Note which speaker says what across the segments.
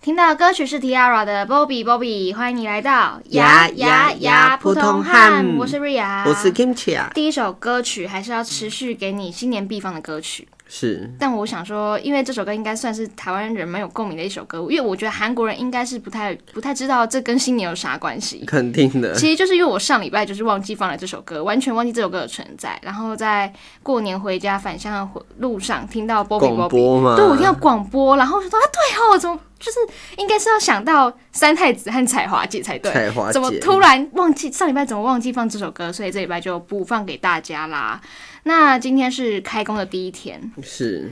Speaker 1: 听到的歌曲是 Tiara 的 Bobby Bobby，欢迎你来到
Speaker 2: 呀呀呀
Speaker 1: 普通
Speaker 2: 普通汉
Speaker 1: 我是瑞亚，
Speaker 2: 我是 Kimchi 啊，
Speaker 1: 第一首歌曲还是要持续给你新年必放的歌曲，
Speaker 2: 是
Speaker 1: 但我想说，因为这首歌应该算是台湾人蛮有共鸣的一首歌，因为我觉得韩国人应该是不太不太知道这跟新年有啥关系。
Speaker 2: 肯定的，
Speaker 1: 其实就是因为我上礼拜就是忘记放了这首歌，完全忘记这首歌的存在，然后在过年回家返乡的回路上听到 Bobby
Speaker 2: 广
Speaker 1: Bobby，
Speaker 2: 播嘛，
Speaker 1: 对我听到广播，然后我就说啊，对哦，怎么就是应该是要想到三太子和彩华姐才对，
Speaker 2: 彩华
Speaker 1: 怎么
Speaker 2: 姐
Speaker 1: 突然忘记上礼拜怎么忘记放这首歌，所以这礼拜就不放给大家啦。那今天是开工的第一天，
Speaker 2: 是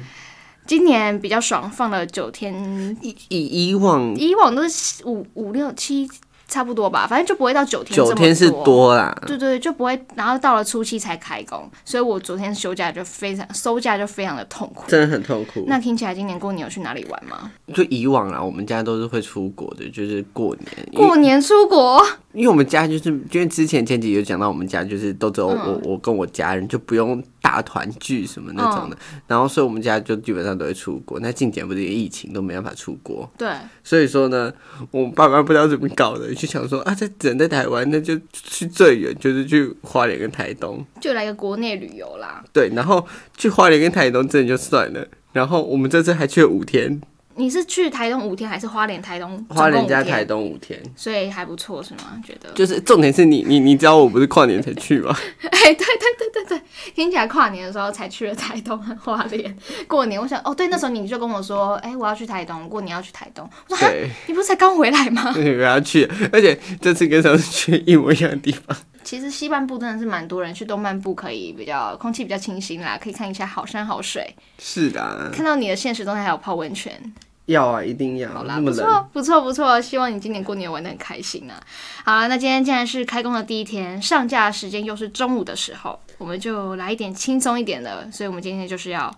Speaker 1: 今年比较爽，放了九天，
Speaker 2: 以以以往
Speaker 1: 以往都是五五六七差不多吧，反正就不会到九天这么
Speaker 2: 九天是
Speaker 1: 多。
Speaker 2: 多啦，
Speaker 1: 对对，就不会，然后到了初七才开工，所以我昨天休假就非常收假就非常的痛苦。
Speaker 2: 真的很痛苦。
Speaker 1: 那听起来今年过年有去哪里玩吗？
Speaker 2: 就以往啦，我们家都是会出国的，就是过年，因为
Speaker 1: 过年出国，
Speaker 2: 因为我们家就是，因为之前前几集有讲到，我们家就是都只有我、
Speaker 1: 嗯
Speaker 2: 我跟我家人，就不用大团聚什么那种的。
Speaker 1: 嗯
Speaker 2: 然后，所以我们家就基本上都会出国。那近几年不是也疫情都没办法出国，
Speaker 1: 对，
Speaker 2: 所以说呢，我爸妈不知道怎么搞的，就想说啊，在只能在台湾，那就去最远就是去花莲跟台东。
Speaker 1: 就来个国内旅游啦。
Speaker 2: 对，然后去花莲跟台东真的就算了。然后我们这次还去了五天，
Speaker 1: 你是去台东五天还是花莲台东？
Speaker 2: 花莲加
Speaker 1: 总共五天
Speaker 2: 台，东五天。
Speaker 1: 所以还不错是吗？觉得
Speaker 2: 就是重点是你你你知道我不是跨年才去 吗？
Speaker 1: 哎，对对对对对，听起来跨年的时候才去了台东和花莲。过年我想哦，对，那时候你就跟我说，哎、我要去台东，过年要去台东。我说哈，
Speaker 2: 对。
Speaker 1: 你不是才刚回来吗？
Speaker 2: 对，不要去，而且这次跟上次去一模一样的地方。
Speaker 1: 其实西半部真的是蛮多人去，东半部可以比较空气比较清新啦，可以看一下好山好水。
Speaker 2: 是的啊，
Speaker 1: 看到你的现实中还有泡温泉，
Speaker 2: 要啊，一定要。
Speaker 1: 好啦，
Speaker 2: 那
Speaker 1: 不
Speaker 2: 么冷，
Speaker 1: 错不错不错，希望你今年过年玩的很开心啊。好啦，那今天既然是开工的第一天，上架时间又是中午的时候，我们就来一点轻松一点的，所以我们今天就是要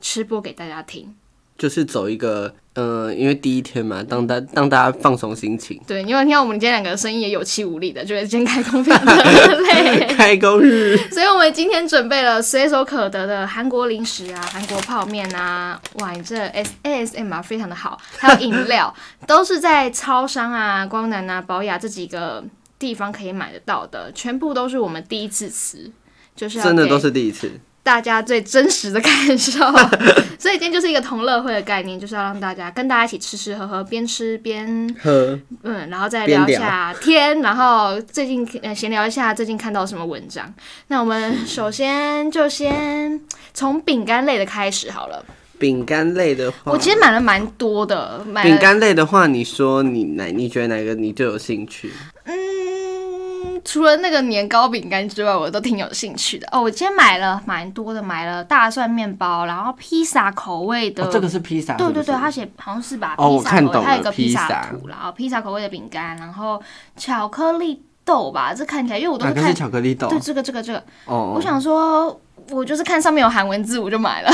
Speaker 1: 吃播给大家听。。
Speaker 2: 就是走一个，呃，因为第一天嘛，当大让大家放松心情
Speaker 1: 对，因为听到我们今天两个的声音也有气无力的，觉得今天开工非常的累，
Speaker 2: 开工日，
Speaker 1: 所以我们今天准备了随手可得的韩国零食啊、韩国泡面啊，哇，你这 S ASM 啊非常的好，还有饮料，都是在超商啊、光南啊、宝雅这几个地方可以买得到的，全部都是我们第一次吃。就是要啊
Speaker 2: 真的
Speaker 1: 给
Speaker 2: 都是第一次。
Speaker 1: 大家最真实的感受， 所以今天就是一个同乐会的概念，就是要让大家跟大家一起吃吃喝喝，边吃边
Speaker 2: 呵，
Speaker 1: 嗯，然后再
Speaker 2: 边
Speaker 1: 聊一
Speaker 2: 聊
Speaker 1: 下天，然后最近呃闲聊一下最近看到什么文章。那我们首先就先从饼干类的开始好了。
Speaker 2: 饼干类的话
Speaker 1: 我，其实买了蛮多的，买了
Speaker 2: 饼干类的话，你说你哪？你觉得哪个你最有兴趣？
Speaker 1: 嗯，除了那个年糕饼干之外，我都挺有兴趣的。哦，我今天买了蛮多的，买了大蒜面包，然后披萨口味的。
Speaker 2: 哦，这个是披萨。
Speaker 1: 呃对对
Speaker 2: 是
Speaker 1: 对，
Speaker 2: 不是
Speaker 1: 它写好像是吧？
Speaker 2: 哦我
Speaker 1: 披萨
Speaker 2: 看
Speaker 1: 口味
Speaker 2: 懂
Speaker 1: 它有
Speaker 2: 了
Speaker 1: 一个披
Speaker 2: 披
Speaker 1: 萨
Speaker 2: 萨
Speaker 1: 图，然后披萨口味的饼干，然后巧克力豆吧，这看起来因为我都
Speaker 2: 哪
Speaker 1: 是
Speaker 2: 个
Speaker 1: 看
Speaker 2: 啊是巧克力豆？
Speaker 1: 对这个这个这个，我
Speaker 2: 哦
Speaker 1: 想说，我就是看上面有韩文字，我就买了。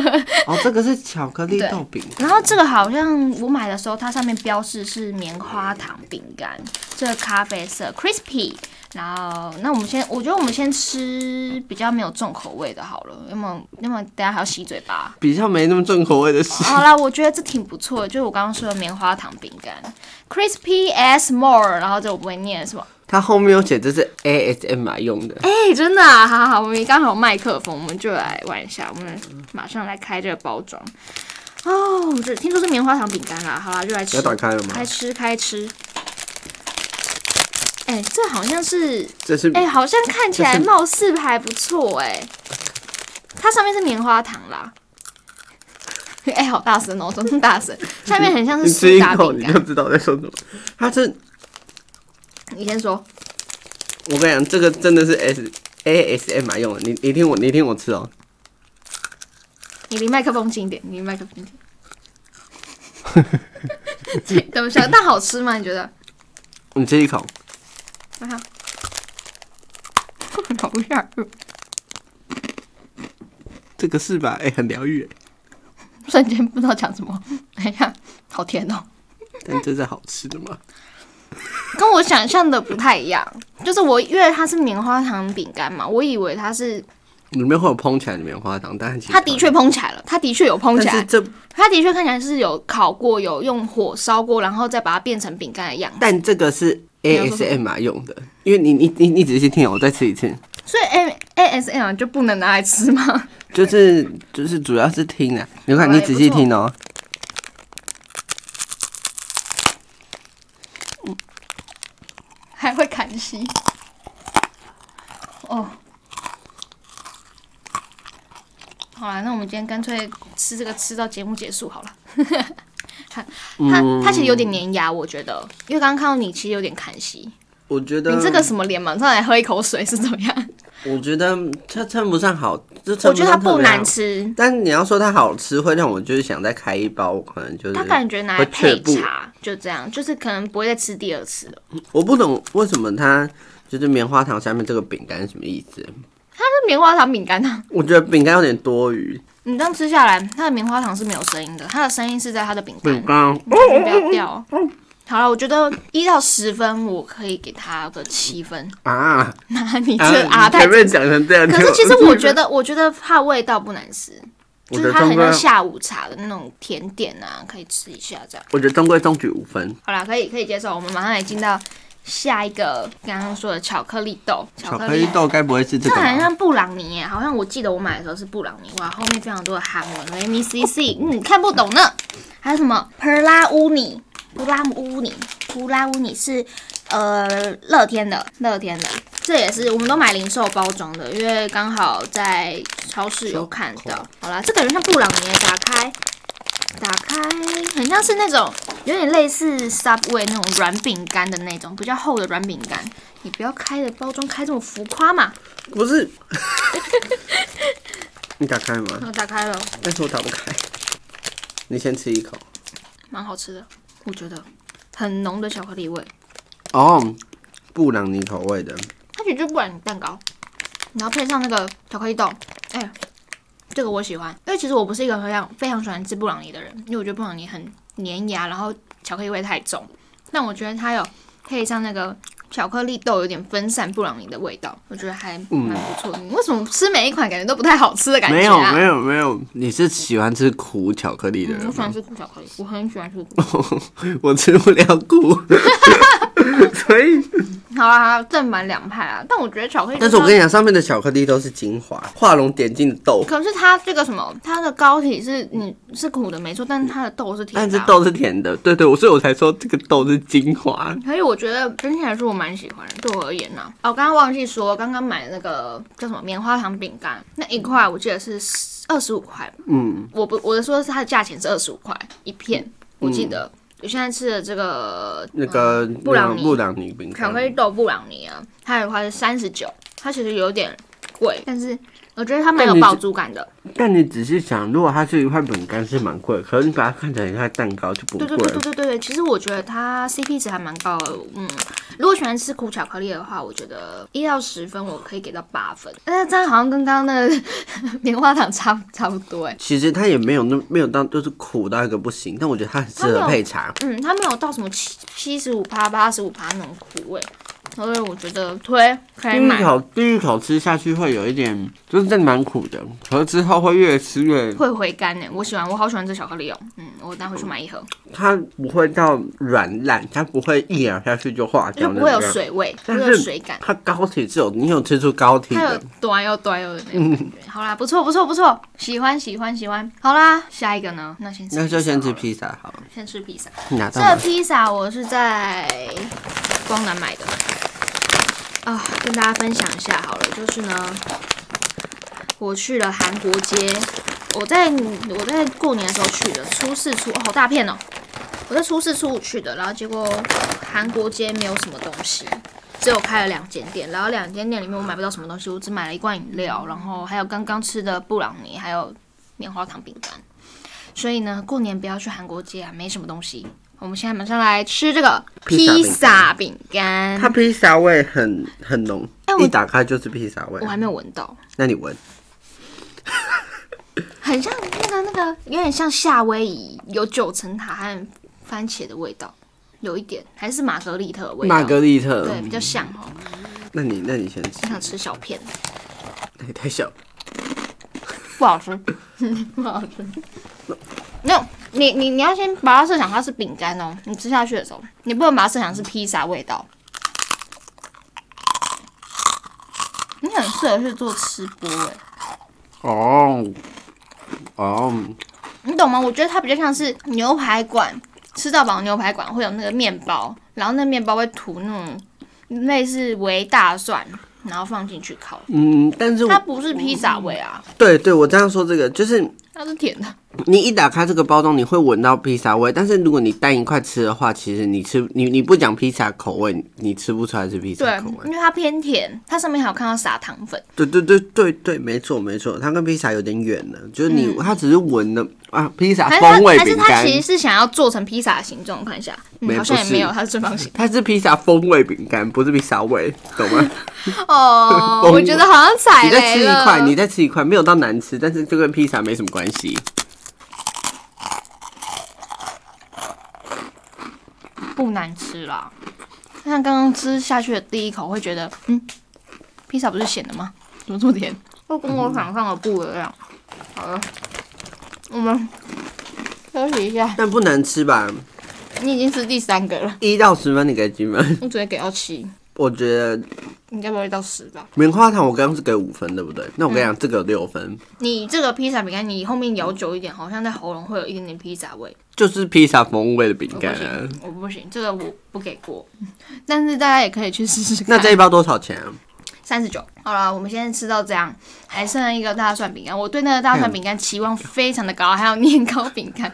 Speaker 2: 哦，这个是巧克力
Speaker 1: 对
Speaker 2: 豆饼。
Speaker 1: 然后这个好像我买的时候，它上面标示是棉花糖饼干，这个咖啡色 crispy。然后，那我们先，我觉得我们先吃比较没有重口味的好了，要么要么等一下还要洗嘴巴。
Speaker 2: 比较没那么重口味的是，
Speaker 1: 好啦，我觉得这挺不错的，就是我刚刚说的棉花糖饼干，crispy as more，然后这我不会念什么，
Speaker 2: 它后面有写这是 ASMR 用的。
Speaker 1: 哎、真的啊，好好好，我们刚好有麦克风，我们就来玩一下，我们马上来开这个包装。哦，这听说是棉花糖饼干啦，好啦，就来吃
Speaker 2: 要，打开了吗？
Speaker 1: 开吃开吃。哎、这好像是，
Speaker 2: 这是
Speaker 1: 哎、好像看起来
Speaker 2: 这是
Speaker 1: 貌似还不错哎、它上面是棉花糖啦。哎、好大声哦、怎么那么大声？下面很像是
Speaker 2: 你吃
Speaker 1: 苏
Speaker 2: 一
Speaker 1: 打
Speaker 2: 口
Speaker 1: 饼
Speaker 2: 你就
Speaker 1: 干。
Speaker 2: 知道我在说什么。它这，
Speaker 1: 你先说，
Speaker 2: 我跟你讲，这个真的是 S A S M 用的。你你听我，你听我吃哦。
Speaker 1: 你离麦克风近一点，你离麦克风近 一点。怎么想？但好吃吗？你觉得？
Speaker 2: 你吃一口，
Speaker 1: 我 想，咬下
Speaker 2: 哦
Speaker 1: 去，
Speaker 2: 这个是吧？哎、很疗愈、
Speaker 1: 瞬间不知道讲什么。等一下，好甜哦，
Speaker 2: 但这是好吃的吗？
Speaker 1: 跟我想象的不太一样。就是我因为它是棉花糖饼干嘛，我以为它是，
Speaker 2: 里面会有蓬起来的棉花糖，但其实
Speaker 1: 它的确蓬起来了，它的确有蓬
Speaker 2: 但
Speaker 1: 起
Speaker 2: 是
Speaker 1: 来，
Speaker 2: 这
Speaker 1: 它的确看起来是有烤过，有用火烧过，然后再把它变成饼干的样子。
Speaker 2: 但这个是
Speaker 1: 你要说什
Speaker 2: ASMR 用的，因为你你你你仔细听哦，我再吃一次，
Speaker 1: 所以 A A S M 就不能拿来吃吗？
Speaker 2: 就是就是主要是听啊，你
Speaker 1: 好
Speaker 2: 看
Speaker 1: 啦
Speaker 2: 你仔细听哦。
Speaker 1: 还会砍息。哦，好啦，那我们今天干脆吃这个吃到节目结束好了。 它它它其实有点粘牙，我觉得，因为刚刚看到你其实有点砍息。
Speaker 2: 我觉得
Speaker 1: 你这个什么脸，马上来喝一口水是怎么样？
Speaker 2: 我觉得它称不上好，就 称
Speaker 1: 我觉得它
Speaker 2: 上特
Speaker 1: 不
Speaker 2: 别好
Speaker 1: 难。吃，
Speaker 2: 但你要说它好吃，会让我就是想再开一包，我可能就是
Speaker 1: 它感觉拿来
Speaker 2: 会却
Speaker 1: 配
Speaker 2: 步
Speaker 1: 茶就这样，就是可能不会再吃第二次了。
Speaker 2: 我不懂为什么它就是棉花糖下面这个饼干是什么意思？
Speaker 1: 它是棉花糖饼干啊。
Speaker 2: 我觉得饼干有点多余，
Speaker 1: 你这样吃下来，它的棉花糖是没有声音的，它的声音是在它的饼干
Speaker 2: 饼。干
Speaker 1: 你不要掉哦。好了，我觉得一到十分，我可以给它个七分。
Speaker 2: 啊，
Speaker 1: 那你
Speaker 2: 啊
Speaker 1: 这啊
Speaker 2: 你
Speaker 1: 太
Speaker 2: 前……面讲成这样，
Speaker 1: 可是其实
Speaker 2: 就
Speaker 1: 我觉，得，我觉得它的味道不难吃，
Speaker 2: 我
Speaker 1: 就
Speaker 2: 觉得
Speaker 1: 是它
Speaker 2: 中
Speaker 1: 很像
Speaker 2: 规，
Speaker 1: 下午茶的那种甜点啊，可以吃一下这样。
Speaker 2: 我觉得中规中矩五分，
Speaker 1: 好啦，可以可以接受。我们马上来进到下一个刚刚说的巧克力豆，
Speaker 2: 巧克
Speaker 1: 克
Speaker 2: 力
Speaker 1: 力。
Speaker 2: 豆该不会是
Speaker 1: 这
Speaker 2: 这个
Speaker 1: 很
Speaker 2: 吧？
Speaker 1: 像布朗尼耶，好像我记得我买的时候是布朗尼，哇，后面非常多的韩文，A B C C，嗯，看不懂呢。还有什么普拉乌尼、普拉乌尼、普拉乌尼是呃乐天的，乐天的，这也是我们都买零售包装的，因为刚好在超市有看到。好啦，这感觉像布朗尼耶，打开。打开，很像是那种有点类似 Subway 那种软饼干的那种比较厚的软饼干，你不要开的包装开这么浮夸嘛。
Speaker 2: 不是，你打开吗？
Speaker 1: 我打开了，
Speaker 2: 但是我打不开，你先吃一口。
Speaker 1: 蛮好吃的，我觉得很浓的巧克力味，
Speaker 2: 哦，布朗尼口味的，
Speaker 1: 它其实就布朗尼蛋糕，然后配上那个巧克力豆，哎、这个我喜欢，因为其实我不是一个非常非常喜欢吃布朗尼的人，因为我觉得布朗尼很粘牙，然后巧克力味太重，但我觉得它有配上那个。巧克力豆有点分散布朗尼的味道，我觉得还蛮不错的。你为什么吃每一款感觉都不太好吃的感觉、啊？
Speaker 2: 嗯没有没有没有，你是喜欢吃苦巧克力的
Speaker 1: 嗯我喜
Speaker 2: 人吗？
Speaker 1: 欢吃苦巧克力，我很喜欢吃苦。嗯
Speaker 2: 我吃不了苦， 所以
Speaker 1: 好啊啦，好啦正反两派啊，但我觉得巧克力就
Speaker 2: 但
Speaker 1: 像。
Speaker 2: 是我跟你讲，上面的巧克力都是精华，画龙点睛的豆，
Speaker 1: 可是它这个什么，它的膏体是你是苦的没错，但是它的豆是甜
Speaker 2: 但
Speaker 1: 的
Speaker 2: 是
Speaker 1: 啊、
Speaker 2: 豆是甜的，对对，我所以我才说这个豆是精华。
Speaker 1: 所以我觉得整体来说我蛮喜欢的，对我而言呢、哦，刚刚忘记说，刚刚买那个叫什么棉花糖饼干，那一块我记得是二十五块，
Speaker 2: 嗯，
Speaker 1: 我不我的说是它的价钱是二十五块一片，我记得。我现在吃的这个
Speaker 2: 那个
Speaker 1: 嗯布朗尼
Speaker 2: 那个布朗尼饼
Speaker 1: 巧
Speaker 2: 干
Speaker 1: 克，力豆布朗尼啊，它有一块是三十九，它其实有点贵，但是我觉得它蛮有
Speaker 2: 但你
Speaker 1: 饱足感的。
Speaker 2: 但你仔细想，如果它是一块饼干是蛮贵，可是你把它看成一块蛋糕就不
Speaker 1: 对
Speaker 2: 贵
Speaker 1: 对对对对对对，其实我觉得它 CP 值还蛮高的。嗯，如果喜欢吃苦巧克力的话，我觉得一到十分我可以给到八分。但是这样好像跟刚刚那个 棉花糖差不差不多哎。
Speaker 2: 其实它也没有那没有到就是苦到一个不行，但我觉得它很适
Speaker 1: 它没有
Speaker 2: 合配茶。
Speaker 1: 嗯，它没有到什么七七十五趴、八十五趴那种苦味，所以我觉得推可以
Speaker 2: 第一
Speaker 1: 买。
Speaker 2: 口第一口吃下去会有一点，就是真的蛮苦的，可是之后会越吃越，
Speaker 1: 会回甘哎呢，我喜欢，我好喜欢这巧克力哦。嗯，我待会去买一盒，
Speaker 2: 它不会到软烂，它不会一咬下去就化
Speaker 1: 就
Speaker 2: 掉，
Speaker 1: 不会有
Speaker 2: 那种
Speaker 1: 水味，不
Speaker 2: 但
Speaker 1: 会
Speaker 2: 是
Speaker 1: 有水感。
Speaker 2: 它高铁是有，你有吃出高铁
Speaker 1: 它有
Speaker 2: 的？
Speaker 1: 短又短又的那种感觉。好啦，不错不错不错，喜欢喜欢喜欢。好啦，下一个呢？那先吃
Speaker 2: 那就先吃
Speaker 1: 披萨好了，
Speaker 2: 披萨好了，
Speaker 1: 先吃披萨。
Speaker 2: 你拿
Speaker 1: 这
Speaker 2: 到
Speaker 1: 个
Speaker 2: 吗？
Speaker 1: 披萨我是在光南买的啊、跟大家分享一下好了，就是呢，我去了韩国街，我在我在过年的时候去的，初四初哦好大片哦，我在初四初五去的，然后结果韩国街没有什么东西。只有开了两间店，然后两间店里面我买不到什么东西，我只买了一罐饮料，然后还有刚刚吃的布朗尼，还有棉花糖饼干。所以呢，过年不要去韩国街啊，没什么东西。我们现在马上来吃这个披
Speaker 2: 披
Speaker 1: 萨
Speaker 2: 萨
Speaker 1: 饼干
Speaker 2: 它。披萨味很很浓，
Speaker 1: 哎我
Speaker 2: 一打开就是披萨味啊
Speaker 1: 我。还没有闻到，
Speaker 2: 那你闻，
Speaker 1: 很像那个那个，有点像夏威夷有九层塔和番茄的味道，有一点，还是玛格丽特的味道。
Speaker 2: 玛格丽特。
Speaker 1: 对，比较嗯像哦。
Speaker 2: 那你那你先吃
Speaker 1: 我，想吃小片，
Speaker 2: 那也太小。
Speaker 1: 不好吃， 不好吃。那、你你你要先把它设想它是饼干哦，你吃下去的时候，你不能把它设想是披萨味道。你很适合去做吃播哎、
Speaker 2: 哦哦，
Speaker 1: 你懂吗？我觉得它比较像是牛排馆，吃到饱牛排馆会有那个面包，然后那面包会涂那种类似微大蒜，然后放进去烤。
Speaker 2: 嗯，但是
Speaker 1: 它
Speaker 2: 我
Speaker 1: 不是披萨味啊，
Speaker 2: 对对，我这样说这个就是
Speaker 1: 它是甜的。
Speaker 2: 你一打开这个包装，你会闻到披萨味，但是如果你单一块吃的话，其实你吃你你不讲披萨口味，你你吃不出来是披
Speaker 1: 对
Speaker 2: 萨口，味。
Speaker 1: 因为它偏甜，它上面还有看到撒糖粉。
Speaker 2: 对对对对对，没错没错，它跟披萨有点远了，就是你、它只是闻的啊，披萨
Speaker 1: 还是它
Speaker 2: 风味
Speaker 1: 还是
Speaker 2: 饼
Speaker 1: 它
Speaker 2: 干
Speaker 1: 其，实是想要做成披萨的形状，我看一下，嗯，
Speaker 2: 没
Speaker 1: 好像也
Speaker 2: 不是
Speaker 1: 没有，它是正方 形。
Speaker 2: 它是披萨风味饼干，不是披萨味，懂 吗？
Speaker 1: 哦，
Speaker 2: 风
Speaker 1: 我觉得好像踩
Speaker 2: 你再吃
Speaker 1: 雷
Speaker 2: 一
Speaker 1: 了。
Speaker 2: 块，你再吃一块，没有到难吃，但是就跟披萨没什么关系。
Speaker 1: 不难吃啦。像刚刚吃下去的第一口，会觉得，嗯，披萨不是咸的吗？怎么这么甜？就跟我想象的不一样。好了，我们休息一下。
Speaker 2: 但不难吃吧？
Speaker 1: 你已经吃第三个了，
Speaker 2: 一到十分你给几分？
Speaker 1: 我只会给到七，
Speaker 2: 我觉得
Speaker 1: 你该不会到十吧？
Speaker 2: 棉花糖我刚刚是给五分，对不对？那我跟你讲，这个有六分。
Speaker 1: 你这个披萨饼干，你后面咬久一点，好像在喉咙会有一点点披萨味。
Speaker 2: 就是披萨风味的饼
Speaker 1: 我不
Speaker 2: 干啊。
Speaker 1: 行，我不行，这个我不给过。 但是大家也可以去试试看。
Speaker 2: 那这一包多少钱、啊？
Speaker 1: 三十九。好了，我们现在吃到这样，还剩一个大蒜饼干。我对那个大蒜饼干期望非常的 高，还有年糕饼干。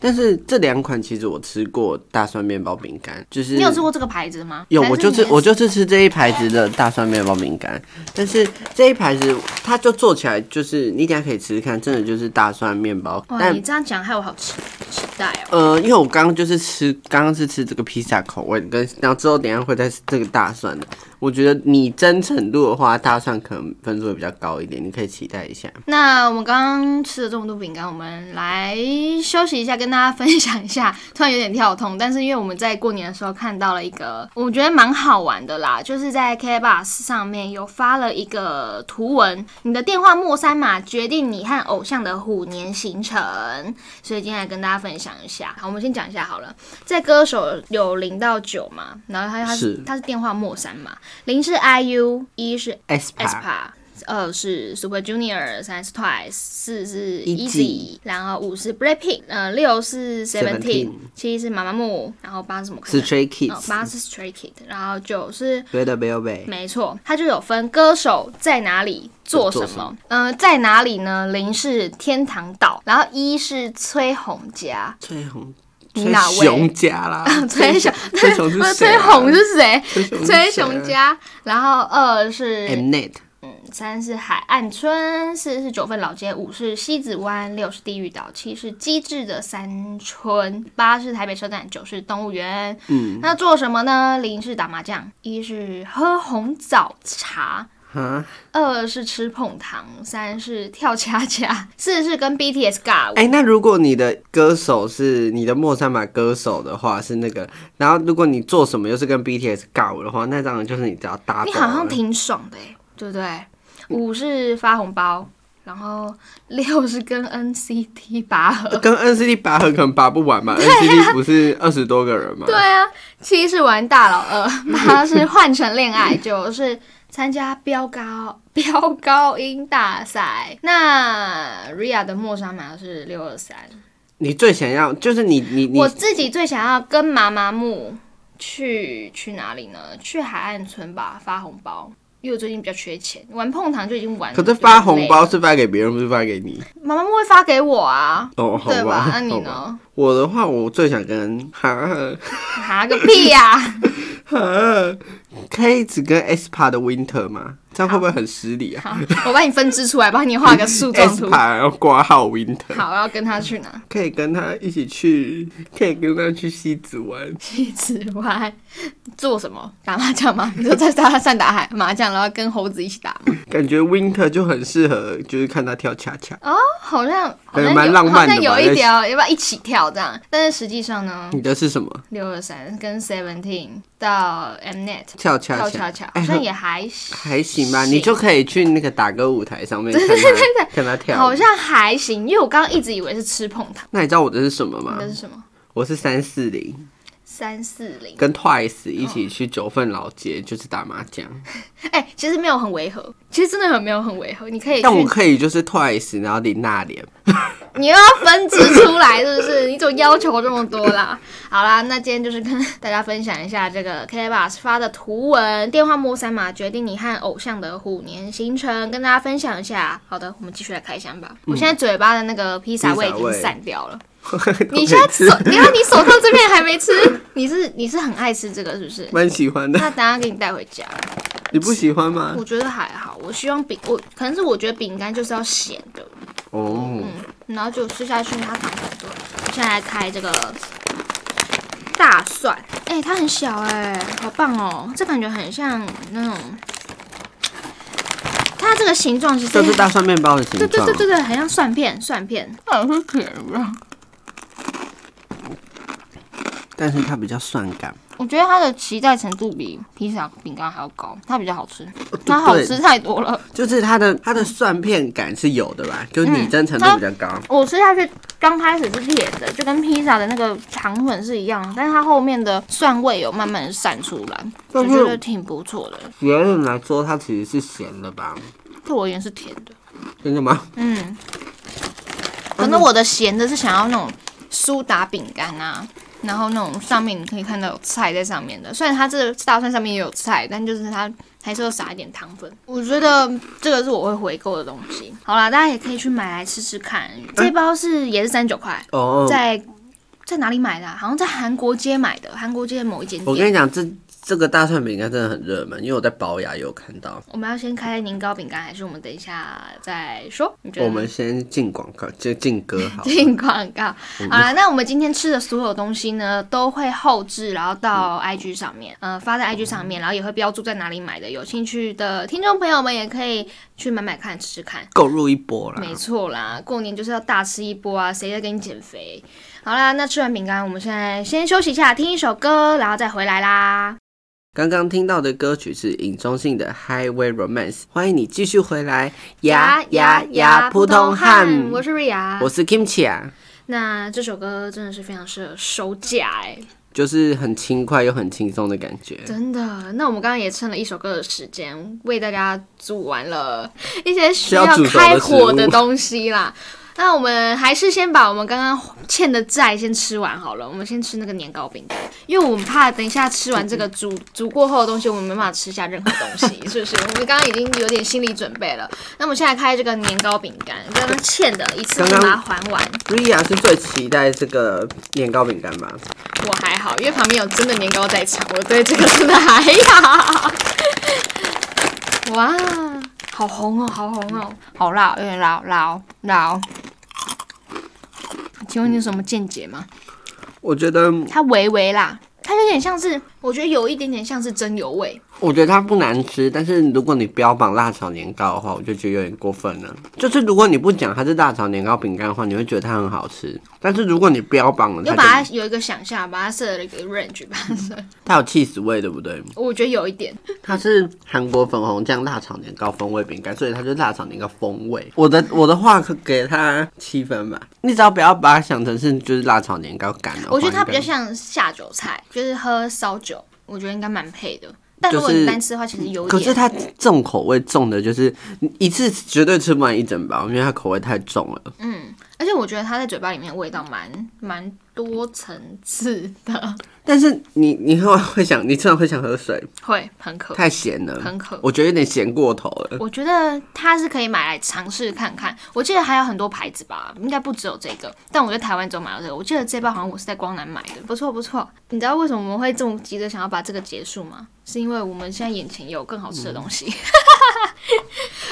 Speaker 2: 但是这两款其实我吃过大蒜面包饼干，就是
Speaker 1: 你有吃过这个牌子吗？
Speaker 2: 有
Speaker 1: 还
Speaker 2: 我就
Speaker 1: 你
Speaker 2: 是我就是吃这一牌子的大蒜面包饼干，但是这一牌子它就做起来就是你等一下可以吃吃看，真的就是大蒜面包，
Speaker 1: 哇，
Speaker 2: 但
Speaker 1: 你这样讲害我好期期待哦。
Speaker 2: 呃，因为我刚刚就是吃，刚刚是吃这个披萨口味的，跟然后之后等一下会再吃这个大蒜的。我觉得你真程度的话，大蒜可能分数会比较高一点，你可以期待一下。
Speaker 1: 那我们刚刚吃了这么多饼干，我们来休息一下，跟大家分享一下。 突然有点跳通，但是因为我们在过年的时候看到了一个，我觉得蛮好玩的啦，就是在 K Bus 上面有发了一个图文，你的电话末三码决定你和偶像的虎年行程，所以今天来跟大家分享一下。好，我们先讲一下好了，在歌手有零到九嘛，然后他他是
Speaker 2: 是
Speaker 1: 他是电话末三码，零是 I U，一是 s
Speaker 2: S
Speaker 1: p
Speaker 2: 牌
Speaker 1: a 二是 Super Junior，三是 Twice，四是
Speaker 2: Eazy
Speaker 1: Easy，然后五是 Blackpink，呃，六是 Seventeen，
Speaker 2: Seventeen
Speaker 1: 七是妈妈木，然后八是什么？
Speaker 2: 是 Stray
Speaker 1: 哦
Speaker 2: Kids，
Speaker 1: 八是 Stray Kid，然后九是
Speaker 2: 对的 b e l b e
Speaker 1: 没错，它就有分歌手在哪里做什
Speaker 2: 做什
Speaker 1: 么
Speaker 2: 么。
Speaker 1: 嗯、在哪里呢？零是天堂岛，然后一是崔红家。
Speaker 2: 崔红，
Speaker 1: 你
Speaker 2: 崔
Speaker 1: 哪位，
Speaker 2: 雄家啦
Speaker 1: 崔雄，
Speaker 2: 崔雄是
Speaker 1: 呃，
Speaker 2: 谁
Speaker 1: 崔
Speaker 2: 啊
Speaker 1: 红是谁？崔
Speaker 2: 崔
Speaker 1: 雄家，然后二是
Speaker 2: Mnet，
Speaker 1: 三是海岸村，四是九份老街，五是西子湾，六是地狱岛，七是机智的三春，八是台北车站，九是动物园。嗯，那做什么呢？零是打麻将，一是喝红枣茶。
Speaker 2: 哈，
Speaker 1: 二是吃碰糖，三是跳恰恰，四是跟 BTS 尬舞。
Speaker 2: 哎、那如果你的歌手是你的莫三马歌手的话，是那个，然后如果你做什么又是跟 BTS 尬舞的话，那当然就是你只要搭。
Speaker 1: 你好像挺爽的、欸，对不对？五是发红包，然后六是跟 NCT 拔河，
Speaker 2: 呃跟 NCT 拔河可能拔不 完吧？NCT 不是二十多个人吗？
Speaker 1: 啊对啊，七是玩大老 二，八是换成恋爱，九是参加飙高 飙高音大赛。那 Ria 的莫莎玛是六二三，
Speaker 2: 你最想要就是你你你
Speaker 1: 我自己最想要跟妈妈木去去哪里呢？去海岸村吧，发红包。因为我最近比较缺钱，玩碰糖就已经玩了。
Speaker 2: 可是发红包，是发给别人，不是发给你
Speaker 1: 妈妈木会发给我啊，
Speaker 2: 哦，好
Speaker 1: 对吧？那你
Speaker 2: 好吧
Speaker 1: 呢？
Speaker 2: 我的话，我最想跟哈
Speaker 1: 啊哈个屁呀、
Speaker 2: 哈 可以只跟 S p a 的 Winter 吗？这样会不会很失礼啊
Speaker 1: 好，我帮你分支出来，帮你画个树状
Speaker 2: ？S
Speaker 1: 图
Speaker 2: p。a 要挂号 Winter，
Speaker 1: 好，然后跟他去哪？
Speaker 2: 可以跟他一起去，可以跟他去西子湾。
Speaker 1: 去之外做什么？打麻将吗？你说在沙滩上打海麻将，然后跟猴子一起打吗？
Speaker 2: 感觉 Winter 就很适合，就是看他跳恰恰。
Speaker 1: 哦，好像好
Speaker 2: 感觉
Speaker 1: 像
Speaker 2: 蛮
Speaker 1: 有
Speaker 2: 浪
Speaker 1: 好
Speaker 2: 漫的
Speaker 1: 像有
Speaker 2: 吧
Speaker 1: 一
Speaker 2: 在
Speaker 1: 条，要不要一起跳这样？但是实际上呢，
Speaker 2: 你的是什么？
Speaker 1: 六二三跟 Seventeen 到 Mnet
Speaker 2: 跳恰
Speaker 1: 跳
Speaker 2: 恰
Speaker 1: 恰恰，好
Speaker 2: 哎
Speaker 1: 像也还行。
Speaker 2: 还行吧，
Speaker 1: 行
Speaker 2: 你就可以去那个打歌舞台上面看他看他跳舞。
Speaker 1: 好像还行，因为我刚刚一直以为是吃碰糖，
Speaker 2: 那你知道我的是什么
Speaker 1: 你
Speaker 2: 吗
Speaker 1: 的？是什么？
Speaker 2: 我是三四零，
Speaker 1: 三四零。
Speaker 2: 跟
Speaker 1: 哦
Speaker 2: Twice 一起去九份老街，就是打麻将。
Speaker 1: 哎、其实没有很违和，其实真的很没有很违和。你可以
Speaker 2: 但我
Speaker 1: 去，
Speaker 2: 可以就是 Twice，然后林娜莲。
Speaker 1: 你又要分支出来，是不是？你怎么要求这么多啦？ 好啦，那今天就是跟大家分享一下这个 K Bus 发的图文，电话摸三码决定你和偶像的虎年行程，跟大家分享一下。好的，我们继续来开箱吧。我现在嘴巴的那个披萨
Speaker 2: 披萨
Speaker 1: 味已经
Speaker 2: 味
Speaker 1: 散掉了。
Speaker 2: 都
Speaker 1: 你现
Speaker 2: 可以
Speaker 1: 在手
Speaker 2: 吃，，
Speaker 1: 你看你手上这片还没吃，你是你是很爱吃这个是不是？
Speaker 2: 蛮喜欢的。
Speaker 1: 那等下给你带回家，
Speaker 2: 你不喜欢吗？
Speaker 1: 我觉得还好。我希望饼，我可能是我觉得饼干就是要咸的，
Speaker 2: 哦，
Speaker 1: 然后就吃下去它糖很多。我现在来开这个大蒜，哎、它很小哎、好棒哦！这感觉很像那种，它这个形状其实
Speaker 2: 这是大蒜面包的形
Speaker 1: 对对
Speaker 2: 状
Speaker 1: 对。对对，很像蒜片，蒜片，好是甜的。
Speaker 2: 但是它比较蒜感，
Speaker 1: 我觉得它的期待程度比披萨饼干还要高，它比较好吃，它
Speaker 2: 哦对
Speaker 1: 好吃太多了。
Speaker 2: 就是它的它的蒜片感是有的吧？就是
Speaker 1: 嗯
Speaker 2: 拟真程度比较高。
Speaker 1: 我吃下去刚开始是甜的，就跟披萨的那个肠粉是一样，但是它后面的蒜味有慢慢地散出来，我
Speaker 2: 但是
Speaker 1: 觉得挺不错的。
Speaker 2: 别人来说，它其实是咸的吧？
Speaker 1: 对我而言是甜的，
Speaker 2: 真的吗？
Speaker 1: 嗯，可能我的咸的是想要那种苏打饼干啊。然后那种上面你可以看到有菜在上面的，虽然它这个大蒜上面也有菜，但就是它还是要撒一点糖粉。我觉得这个是我会回购的东西。好啦，大家也可以去买来吃吃看。这包是也是三十九块，
Speaker 2: 哦，
Speaker 1: 在在哪里买的、啊？好像在韩国街买的，韩国街的某一间
Speaker 2: 我跟
Speaker 1: 店。
Speaker 2: 你讲，这这个大蒜饼干真的很热门，因为我在保雅也有看到。
Speaker 1: 我们要先开年糕饼干，还是我们等一下再说？你觉得呢？
Speaker 2: 我们先进广告，就进歌好了。
Speaker 1: 进广告。好了，那我们今天吃的所有东西呢，都会后置，然后到 IG 上面，呃，发在 IG 上面，然后也会标注在哪里买的。有兴趣的听众朋友们也可以去买买看，吃吃看。
Speaker 2: 购入一波啦。
Speaker 1: 没错啦，过年就是要大吃一波啊！谁在给你减肥？好啦，那吃完饼干，我们现在先休息一下，听一首歌，然后再回来啦。
Speaker 2: 刚刚听到的歌曲是尹中信的《Highway Romance》，欢迎你继续回来。呀呀呀，普通汉，
Speaker 1: 我是瑞雅
Speaker 2: 我。是 Kimchi 啊，
Speaker 1: 那这首歌真的是非常适合收假哎、
Speaker 2: 就是很轻快又很轻松的感觉。
Speaker 1: 真的。那我们刚刚也趁了一首歌的时间，为大家煮完了一些需要
Speaker 2: 需要煮熟的
Speaker 1: 开火
Speaker 2: 食物
Speaker 1: 的东西啦。那我们还是先把我们刚刚欠的债先吃完好了。我们先吃那个年糕饼干，因为我们怕等一下吃完这个煮煮过后的东西，我们没办法吃下任何东西，是不是？我们刚刚已经有点心理准备了。那我们现在开这个年糕饼干，刚刚欠的一次性
Speaker 2: 刚
Speaker 1: 把
Speaker 2: 刚
Speaker 1: 它还完。
Speaker 2: Ria 是最期待这个年糕饼干吧？
Speaker 1: 我还好，因为旁边有真的年糕在场，我对这个真的还好。哇，好红哦，好红哦，好辣，有点辣辣哦辣哦。请问你有什么见解吗？
Speaker 2: 我觉得，
Speaker 1: 它微微辣，它有点像是，我觉得有一点点像是真油味。
Speaker 2: 我觉得它不难吃，但是如果你标榜辣炒年糕的话，我就觉得有点过分了。就是如果你不讲它是辣炒年糕饼干的话，你会觉得它很好吃。但是如果你标榜了，
Speaker 1: 又
Speaker 2: 它
Speaker 1: 把它
Speaker 2: 就
Speaker 1: 有一个想象，把它设了一个 range 吧，
Speaker 2: 它有 cheese 味，对不对？
Speaker 1: 我觉得有一点。
Speaker 2: 它是韩国粉红酱辣炒年糕风味饼干，所以它就是辣炒年糕风味。我的我的话可给它七分吧，你只要不要把它想成是就是辣炒年糕干的话
Speaker 1: 我觉得它比较
Speaker 2: 应该
Speaker 1: 像下酒菜，就是喝烧酒，我觉得应该蛮配的。但
Speaker 2: 就
Speaker 1: 如果你
Speaker 2: 是
Speaker 1: 单吃的话，其实有一点。
Speaker 2: 可是它重
Speaker 1: 嗯
Speaker 2: 口味重的就是你一次绝对吃不完一整包，因为它口味太重了。
Speaker 1: 而且我觉得它在嘴巴里面的味道蛮蛮多层次的，
Speaker 2: 但是你你会会想，你真的会想喝水，
Speaker 1: 会很渴，
Speaker 2: 太咸了，
Speaker 1: 很渴。
Speaker 2: 我觉得有点咸过头了。
Speaker 1: 我觉得它是可以买来尝试看看。我记得还有很多牌子吧，应该不只有这个。但我在台湾只有买到这个。我记得这包好像我是在光南买的，不错不错。你知道为什么我们会这么急着想要把这个结束吗？是因为我们现在眼前有更好吃的东西。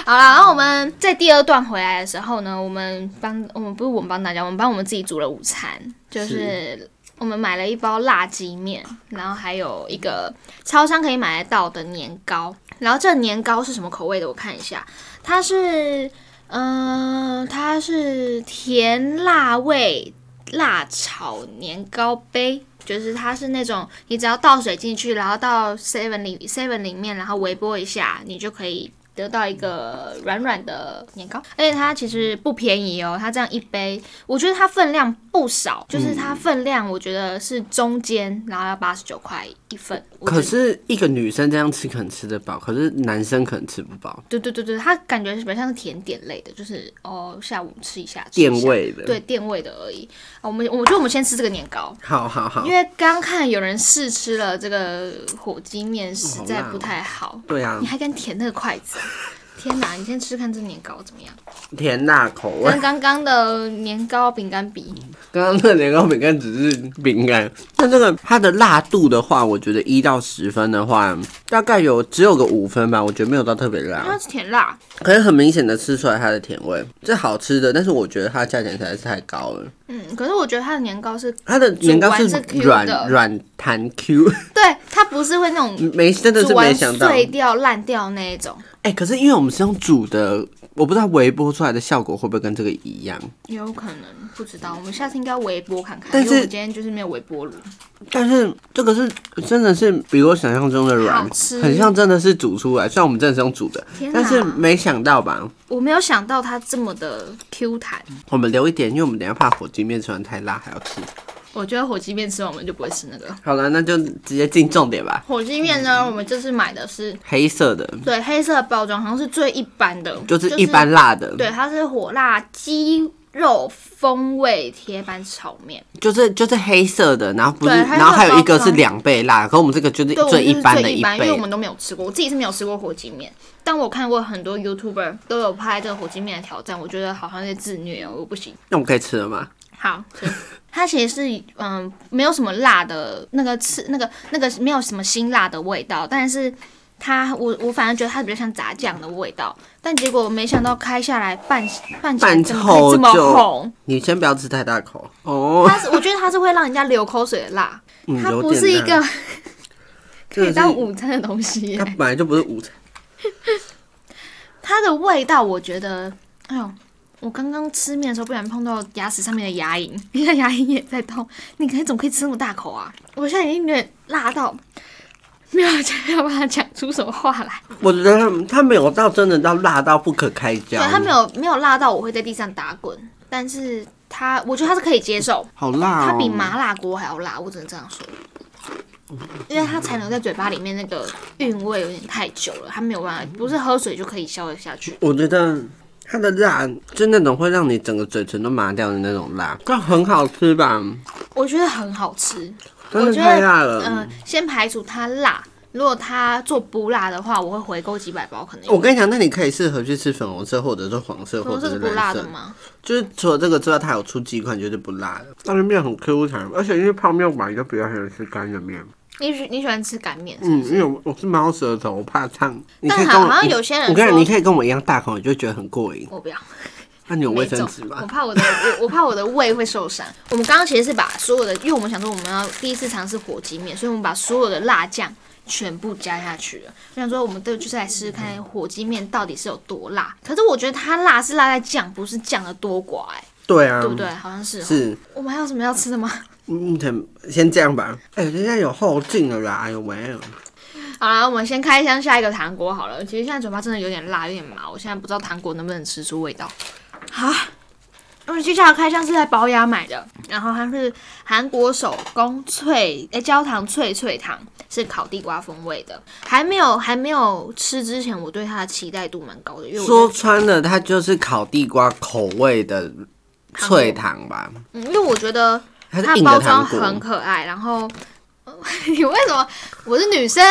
Speaker 1: 好啦，然后我们在第二段回来的时候呢，我们帮我们不是我们帮大家，我们帮我们自己煮了午餐，就是我们买了一包辣鸡面，然后还有一个超商可以买得到的年糕。然后这年糕是什么口味的？我看一下，它是，嗯、它是甜辣味辣炒年糕杯，就是它是那种你只要倒水进去，然后到 seven 里 seven 里面，然后微波一下，你就可以得到一个软软的年糕。而且它其实不便宜哦，它这样一杯，我觉得它分量不少，就是它
Speaker 2: 嗯
Speaker 1: 分量我觉得是中间，然后要八十九块一份。我觉
Speaker 2: 可
Speaker 1: 得
Speaker 2: 是一个女生这样吃可能吃得饱，可是男生可能吃不饱，
Speaker 1: 对对对对，它感觉是比较像是甜点类的，就是哦下午吃一下，吃一
Speaker 2: 垫
Speaker 1: 下
Speaker 2: 胃的。，
Speaker 1: 对垫胃的而已。啊我们我觉得我们先吃这个年糕，
Speaker 2: 好好好
Speaker 1: 因。为刚看有人试吃了这个火鸡面，实在
Speaker 2: 好辣哦
Speaker 1: 不太好。
Speaker 2: 对啊
Speaker 1: 你，还敢舔那个筷子啊？天哪！你先吃看这年糕怎么样，
Speaker 2: 甜辣口味。
Speaker 1: 跟刚刚的年糕饼干比，
Speaker 2: 刚刚那年糕饼干只是饼干，那这个它的辣度的话，我觉得一到十分的话，大概有只有个五分吧，我觉得没有到特别
Speaker 1: 因为它
Speaker 2: 辣，
Speaker 1: 是甜辣，
Speaker 2: 可以很明显的吃出来它的甜味，这好吃的，但是我觉得它的价钱实在是太高了。
Speaker 1: 嗯，可是我觉得它的年糕是，
Speaker 2: 它的年糕是
Speaker 1: 煮完是 Q 的
Speaker 2: 软软弹 Q，
Speaker 1: 对，它不是会那种
Speaker 2: 没嗯真的
Speaker 1: 煮
Speaker 2: 是没
Speaker 1: 完
Speaker 2: 想到，
Speaker 1: 碎
Speaker 2: 哎、
Speaker 1: 掉烂掉那一种，
Speaker 2: 可是因为我们是用煮的，我不知道微波出来的效果会不会跟这个一样，
Speaker 1: 也有可能不知道。我们下次应该要微波看看，
Speaker 2: 但
Speaker 1: 因为我
Speaker 2: 是
Speaker 1: 今天嗯就是没有微波炉。
Speaker 2: 但是这个是真的是比我想象中的软
Speaker 1: 好，吃
Speaker 2: 很像真的是煮出来，虽然我们真的是用煮的，
Speaker 1: 天哪
Speaker 2: 但是没想到吧，
Speaker 1: 我没有想到它这么的 Q 弹，
Speaker 2: 我们留一点，因为我们等一下怕火鸡面吃完太辣还要吃。
Speaker 1: 我觉得火鸡面吃完我们就不会吃那个
Speaker 2: 好了，那就直接进重点吧。
Speaker 1: 火鸡面呢。我们这次买的是
Speaker 2: 黑色的
Speaker 1: 对黑色包装，好像是最一般的，
Speaker 2: 就是一般辣的，
Speaker 1: 对，它是火辣鸡肉风味铁板炒面，
Speaker 2: 就是就是黑色的，然后不是，
Speaker 1: 对它是
Speaker 2: 然后还有一个
Speaker 1: 包
Speaker 2: 是
Speaker 1: 装
Speaker 2: 两倍辣，可我们这个就是
Speaker 1: 对，我
Speaker 2: 最
Speaker 1: 们
Speaker 2: 一
Speaker 1: 就是
Speaker 2: 般的
Speaker 1: 最一般，因为我
Speaker 2: 倍。
Speaker 1: 们都没有吃过，我自己是没有吃过火鸡面，但我看过很多 YouTuber 都有拍这个火鸡面的挑战，我觉得好像在自虐哦，我不行。
Speaker 2: 那我们可以吃了吗？
Speaker 1: 好，所以它其实是嗯，没有什么辣的那个刺，那个那个没有什么辛辣的味道，但是它我我反而觉得它比较像炸酱的味道，但结果没想到开下来拌拌起来
Speaker 2: 拌
Speaker 1: 怎么可以这么
Speaker 2: 透就
Speaker 1: 红？
Speaker 2: 你先不要吃太大口哦，
Speaker 1: 它是我觉得它是会让人家流口水的辣，
Speaker 2: 嗯
Speaker 1: 它
Speaker 2: 有
Speaker 1: 不
Speaker 2: 点
Speaker 1: 是一
Speaker 2: 辣
Speaker 1: 个可
Speaker 2: 真
Speaker 1: 以
Speaker 2: 的
Speaker 1: 当
Speaker 2: 是
Speaker 1: 午餐的东西耶
Speaker 2: 它。本来就不是午餐，
Speaker 1: 它的味道，我觉得，哎呦，我刚刚吃面的时候不小心碰到牙齿上面的牙龈， 因为牙龈也在痛。你可以怎么可以吃那么大口啊？我现在已经有点辣到没有想要把它讲出什么话来。
Speaker 2: 我觉得它它没有到真的到辣到不可开交
Speaker 1: 对，，它没有没有辣到我会在地上打滚，但是它，我觉得它是可以接受，
Speaker 2: 好辣哦，
Speaker 1: 它比麻辣锅还要辣，我只能这样说。因为它才能在嘴巴里面那个韵味有点太久了，它没有办法，不是喝水就可以消得下去。
Speaker 2: 我觉得它的辣就那种会让你整个嘴唇都麻掉的那种辣，但很好吃吧？
Speaker 1: 我觉得很好吃，
Speaker 2: 真
Speaker 1: 我
Speaker 2: 的
Speaker 1: 觉
Speaker 2: 太
Speaker 1: 得
Speaker 2: 辣了。
Speaker 1: 嗯、先排除它辣，如果它做不辣的话，我会回购几百包，可能有嗯
Speaker 2: 我跟你讲，那你可以适合去吃粉红色，或者是黄色，或
Speaker 1: 说这是
Speaker 2: 者是
Speaker 1: 不
Speaker 2: 蓝
Speaker 1: 辣
Speaker 2: 色
Speaker 1: 的。吗？
Speaker 2: 就是除了这个之外，它有出几款就是不辣的。它的面很 Q 弹，而且因为泡面我本来就比较喜欢吃干的面。
Speaker 1: 你喜你喜欢吃擀面是
Speaker 2: 嗯
Speaker 1: 不，是？
Speaker 2: 因为我我是猫舌头，我怕烫。你可以
Speaker 1: 但
Speaker 2: 跟
Speaker 1: 好
Speaker 2: 我
Speaker 1: 好像
Speaker 2: 你
Speaker 1: 有些人
Speaker 2: 我跟你
Speaker 1: 说
Speaker 2: 讲，你可以跟我一样大口，你就觉得很过瘾。
Speaker 1: 我不要，
Speaker 2: 那、你有卫
Speaker 1: 没
Speaker 2: 生
Speaker 1: 种
Speaker 2: 纸，
Speaker 1: 我
Speaker 2: 吗？
Speaker 1: 怕我的我我怕我的胃会受伤。我们刚刚其实是把所有的，因为我们想说我们要第一次尝试火鸡面，所以我们把所有的辣酱全部加下去了。我想说我们都就是来试试看火鸡面到底是有多辣。可是我觉得它辣是辣在酱，不是酱的多寡、哎，
Speaker 2: 对啊，
Speaker 1: 对不对？好像是哦。
Speaker 2: 是，
Speaker 1: 我们还有什么要吃的吗？
Speaker 2: 嗯，先先这样吧。哎、人家有后劲了啦，哎呦喂。
Speaker 1: 好啦，我们先开箱下一个糖果好了。其实现在嘴巴真的有点辣，有点麻，我现在不知道糖果能不能吃出味道。好，我们接下来开箱是在宝雅买的，然后它是韩国手工脆诶焦糖脆脆糖，是烤地瓜风味的。还没有还没有吃之前，我对它的期待度蛮高的，因为我觉
Speaker 2: 说
Speaker 1: 得
Speaker 2: 穿了，它就是烤地瓜口味的
Speaker 1: 糖
Speaker 2: 脆
Speaker 1: 果
Speaker 2: 糖吧，
Speaker 1: 嗯，因为我觉得
Speaker 2: 它
Speaker 1: 它
Speaker 2: 是硬
Speaker 1: 包
Speaker 2: 的
Speaker 1: 装
Speaker 2: 糖果。
Speaker 1: 很可爱，然后。 你为什么？我是女生，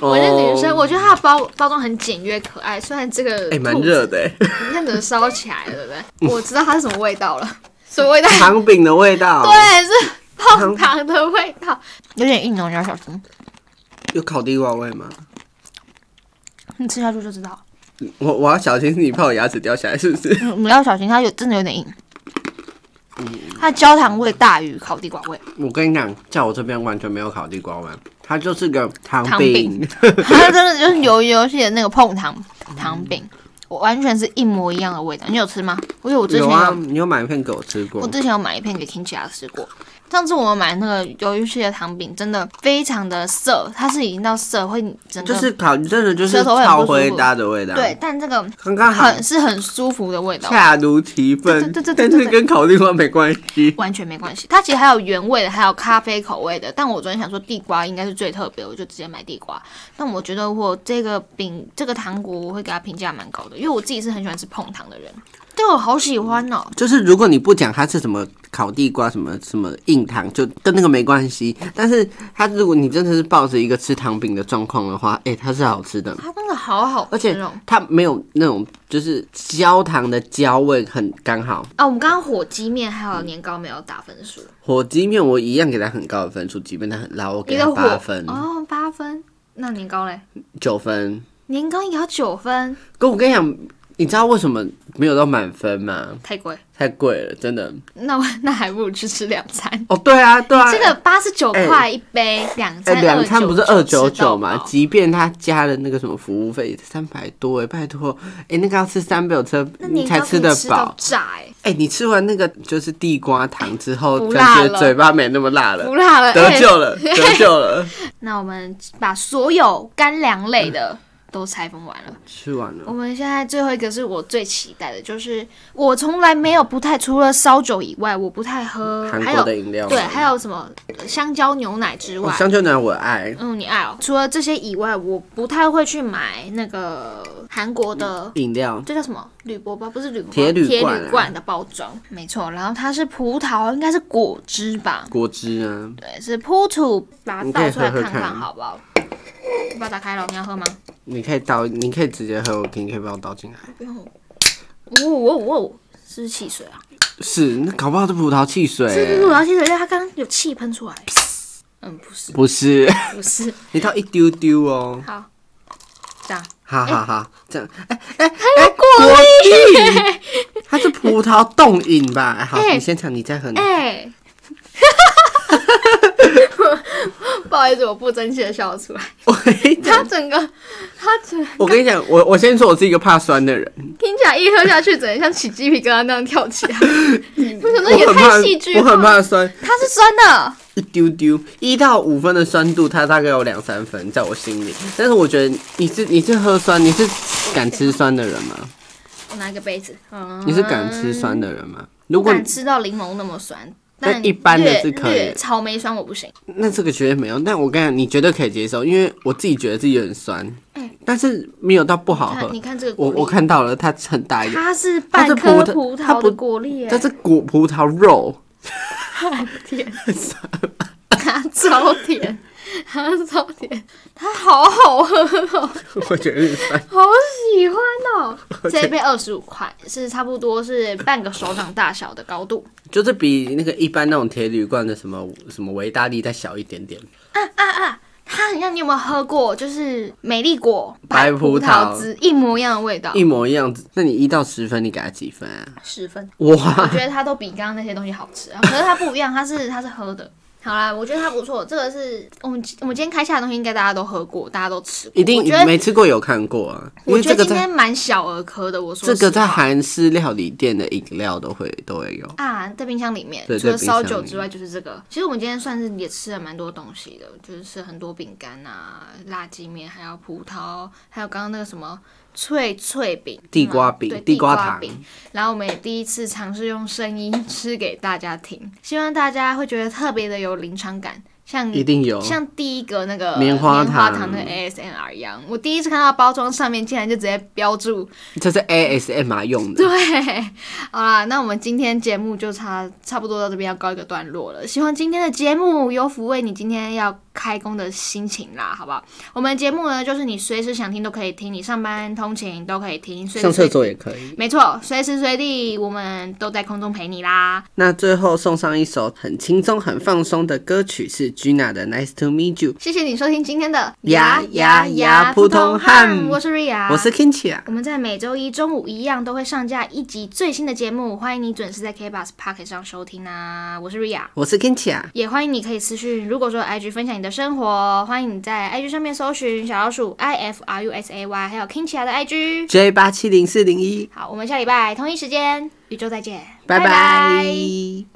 Speaker 1: 我是
Speaker 2: 哦
Speaker 1: 女生，我觉得它的包包装很简约可爱。虽然这个
Speaker 2: 哎，蛮
Speaker 1: 兔子
Speaker 2: 热的哎，
Speaker 1: 你看怎么烧起来了，对不对？
Speaker 2: 嗯
Speaker 1: 我知道它是什么味道了，什么味道？
Speaker 2: 糖饼的味道，
Speaker 1: 对，是碰糖的味道，有点硬哦，你要小心，
Speaker 2: 有烤地瓜味吗？
Speaker 1: 你吃下去就知道。
Speaker 2: 我我要小心你怕我牙齿掉下来，是不 是？
Speaker 1: 嗯，你要小心，它有真的有点硬。
Speaker 2: 嗯
Speaker 1: 它焦糖味大于烤地瓜味，
Speaker 2: 我跟你讲，在我这边完全没有烤地瓜味，它就是个糖
Speaker 1: 糖
Speaker 2: 饼
Speaker 1: 饼。它真的就是鱿鱼游戏的那个碰糖糖饼，我完全是一模一样的味道。你有吃吗？我有，我之前
Speaker 2: 有
Speaker 1: 有，
Speaker 2: 啊，你有买一片给我吃
Speaker 1: 我
Speaker 2: 过？
Speaker 1: 之前有买一片给 k i n c h 吃过。上次我买那个鱿鱼系的糖饼，真的非常的涩，它是已经到涩，会整个
Speaker 2: 就是烤，真的就是
Speaker 1: 舌头会很
Speaker 2: 超
Speaker 1: 不舒服
Speaker 2: 灰搭的味道。
Speaker 1: 对，，但这个
Speaker 2: 刚刚啊好
Speaker 1: 很是很舒服的味道，
Speaker 2: 恰如其分，
Speaker 1: 对对对对对
Speaker 2: 但
Speaker 1: 对
Speaker 2: 是跟烤地瓜没关系。
Speaker 1: 完全没关系。它其实还有原味的，还有咖啡口味的。但我昨天想说地瓜应该是最特别，我就直接买地瓜。但我觉得我这个饼这个糖果我会给它评价蛮高的，因为我自己是很喜欢吃碰糖的人，对我好喜欢哦。
Speaker 2: 就是如果你不讲它是什么烤地瓜什么什么硬糖，就跟那个没关系。但是它如果你真的是抱着一个吃糖饼的状况的话，哎、它是好吃的。
Speaker 1: 它真的好好
Speaker 2: 而且
Speaker 1: 吃哦！
Speaker 2: 它没有那种就是焦糖的焦味，很刚好。
Speaker 1: 啊，我们刚刚火鸡面还有年糕没有打分数，
Speaker 2: 火鸡面我一样给它很高的分数，即便它很辣，我
Speaker 1: 你
Speaker 2: 给
Speaker 1: 的
Speaker 2: 它
Speaker 1: 火
Speaker 2: 八分、
Speaker 1: 哦，八分。那年糕嘞？
Speaker 2: 九分。
Speaker 1: 年糕也要九分，
Speaker 2: 可我跟你讲，你知道为什么没有到满分吗？
Speaker 1: 太贵。
Speaker 2: 太贵了，真的。
Speaker 1: 那我 那还不如去吃两餐。
Speaker 2: 哦，对啊，对啊。
Speaker 1: 这个八十九
Speaker 2: 哎
Speaker 1: 块一杯，两
Speaker 2: 哎，
Speaker 1: 餐
Speaker 2: 两餐不是二九
Speaker 1: 吃到
Speaker 2: 九嘛？
Speaker 1: 饱
Speaker 2: 即便他加了那个什么服务费三百多，哎，拜托，哎，那个要吃三杯有车
Speaker 1: 那年糕
Speaker 2: 才
Speaker 1: 可以吃
Speaker 2: 得
Speaker 1: 到
Speaker 2: 饱。
Speaker 1: 炸哎、
Speaker 2: 哎，你吃完那个就是地瓜糖之后，
Speaker 1: 不
Speaker 2: 就
Speaker 1: 辣
Speaker 2: 是
Speaker 1: 了
Speaker 2: 嘴巴没那么辣 了
Speaker 1: 不，辣了
Speaker 2: 得
Speaker 1: 哎
Speaker 2: 救 了，得救了，
Speaker 1: 那我们把所有干粮类
Speaker 2: 嗯
Speaker 1: 的都拆封完了。
Speaker 2: 吃完了
Speaker 1: 我。们现在最后一个是我最期待的，就是我从来没有不太除了烧酒以外，我不太喝，
Speaker 2: 嗯韩
Speaker 1: 还
Speaker 2: 国
Speaker 1: 有
Speaker 2: 的饮料吗
Speaker 1: 对，还有什么呃香蕉牛奶之
Speaker 2: 哦
Speaker 1: 外。
Speaker 2: 香蕉奶我爱
Speaker 1: 嗯，你爱哦。除了这些以外，我不太会去买那个韩国的
Speaker 2: 饮料，
Speaker 1: 这叫什么铝箔包？不是铝箔包，
Speaker 2: 铁铝
Speaker 1: 铁
Speaker 2: 罐啊
Speaker 1: 铝罐的包装，没错。然后它是葡萄，应该是果汁吧？
Speaker 2: 果汁啊，
Speaker 1: 对，是葡萄，把它
Speaker 2: 你可
Speaker 1: 倒
Speaker 2: 以
Speaker 1: 出来
Speaker 2: 喝喝
Speaker 1: 看看
Speaker 2: 看
Speaker 1: 好不好？我把它打开了，你要喝吗？
Speaker 2: 你可以倒，你可以直接喝，我可以你可以把我倒进来。
Speaker 1: 不用。哦哦哦，是不是汽水啊？
Speaker 2: 是，那搞不好是葡萄汽水
Speaker 1: 是葡
Speaker 2: 欸，
Speaker 1: 萄汽水，因为它刚刚有气喷出来。嗯，不是，
Speaker 2: 不 是，
Speaker 1: 不是。
Speaker 2: 你倒一丢丢哦。
Speaker 1: 好，这样
Speaker 2: 好好好，这样，哎哎哎，哎果粒，它是葡萄冻饮 吧？好，
Speaker 1: 哎
Speaker 2: 你先尝，你再喝。
Speaker 1: 哎， 不好意思，我不争气的笑出来。
Speaker 2: 我跟你讲
Speaker 1: 它整个，它整
Speaker 2: 我跟你讲，我我先说我是一个怕酸的人，
Speaker 1: 听起来一喝下去，整个像起鸡皮疙瘩那样跳 起来。我想说
Speaker 2: 我
Speaker 1: 也
Speaker 2: 很怕
Speaker 1: 太戏，剧
Speaker 2: 我很
Speaker 1: 化，
Speaker 2: 怕酸，
Speaker 1: 它是酸的。
Speaker 2: 一丢丢，一到五分的酸度，它大概有两三分，在我心里。但是我觉得你是你是喝酸，你是敢吃酸的人吗？
Speaker 1: 嗯我拿一个杯子，嗯
Speaker 2: 你是敢吃酸的人吗？如
Speaker 1: 不
Speaker 2: 果
Speaker 1: 敢吃到柠檬那么酸，
Speaker 2: 那
Speaker 1: 但
Speaker 2: 一般的
Speaker 1: 略
Speaker 2: 是可以
Speaker 1: 略草莓酸我不行，
Speaker 2: 那这个绝对没有，但我跟你讲，你绝对可以接受，因为我自己觉得自己有点酸，但是没有到不好喝
Speaker 1: 哎看。你看这个
Speaker 2: 我
Speaker 1: 果粒，
Speaker 2: 我看到了，它很大一个，
Speaker 1: 它是半
Speaker 2: 它是
Speaker 1: 颗
Speaker 2: 葡萄
Speaker 1: 葡
Speaker 2: 它
Speaker 1: 萄
Speaker 2: 不
Speaker 1: 的果粒耶，
Speaker 2: 哎它是果葡萄肉，
Speaker 1: 甜，它超甜，它超甜，它好好喝哦，
Speaker 2: 我觉得有点酸。
Speaker 1: 好喜欢 哦！这一杯二十五块，是差不多是半个手掌大小的高度。
Speaker 2: 就是比那个一般那种铁铝罐的什么什么维大利再小一点点。
Speaker 1: 它很像你有没有喝过？就是美丽果
Speaker 2: 白
Speaker 1: 葡
Speaker 2: 葡萄
Speaker 1: 汁一模一样的味道，
Speaker 2: 一模一样子。那你一到十分，你给它几分啊？
Speaker 1: 十 分。我
Speaker 2: 哇，
Speaker 1: 觉得它都比刚刚那些东西好吃啊，可 是它不一样，它是它是喝的。好啦，我觉得它不错，这个是我们我们今天开下的东西，应该大家都喝过，大家都吃过。
Speaker 2: 一定
Speaker 1: 我觉得
Speaker 2: 没吃过有看过啊，因
Speaker 1: 我
Speaker 2: 为
Speaker 1: 觉
Speaker 2: 这
Speaker 1: 得
Speaker 2: 个
Speaker 1: 今
Speaker 2: 在
Speaker 1: 天蛮小儿科的，我说
Speaker 2: 这个
Speaker 1: 实话
Speaker 2: 在韩式料理店的饮料都会都会有。
Speaker 1: 啊，在冰箱里面，
Speaker 2: 对
Speaker 1: 除了
Speaker 2: 在冰箱
Speaker 1: 烧
Speaker 2: 里
Speaker 1: 酒之外就是这个。其实我们今天算是也吃了蛮多东西的，就是吃很多饼干啊、辣鸡面，还有葡萄，还有刚刚那个什么脆脆饼、
Speaker 2: 地瓜饼
Speaker 1: 对地
Speaker 2: 地瓜
Speaker 1: 瓜
Speaker 2: 糖
Speaker 1: 饼。然后我们也第一次尝试用声音吃给大家听，希望大家会觉得特别的有临场感。像
Speaker 2: 一定有，
Speaker 1: 嗯
Speaker 2: 啊
Speaker 1: 像第一个那个
Speaker 2: 棉花糖
Speaker 1: 糖那个 ASMR 一样，我第一次看到包装上面竟然就直接标注。
Speaker 2: 这是 ASMR 用的。
Speaker 1: 对，好啦，那我们今天节目就差差不多到这边要告一个段落了。希望今天的节目有抚慰你今天要开工的心情啦，好不好？我们节目呢，就是你随时想听都可以听，你上班通勤都可以听，随时
Speaker 2: 上
Speaker 1: 随
Speaker 2: 厕所也可以。
Speaker 1: 没错，随时随地我们都在空中陪你啦。
Speaker 2: 那最后送上一首很轻松、很放松的歌曲，是 Gina 的《Nice to Meet You》。
Speaker 1: 谢谢你收听今天的
Speaker 2: 呀呀呀普通汉
Speaker 1: 我是瑞亚，
Speaker 2: 我是 Kinchi 啊，
Speaker 1: 我们在每周一中午一样都会上架一集最新的节目，欢迎你准时在 K Bus Pocket 上收听啊！我是 Ria，
Speaker 2: 我是 Kinchi 啊，
Speaker 1: 也欢迎你可以私讯，如果说 IG 分享你的生活，欢迎你在 IG 上面搜寻小老鼠 I F R U S A Y，还有 Kinchia 的 IG。
Speaker 2: J 八七零四零一，
Speaker 1: 好，我们下礼拜同一时间宇宙再见，
Speaker 2: 拜
Speaker 1: 拜
Speaker 2: 拜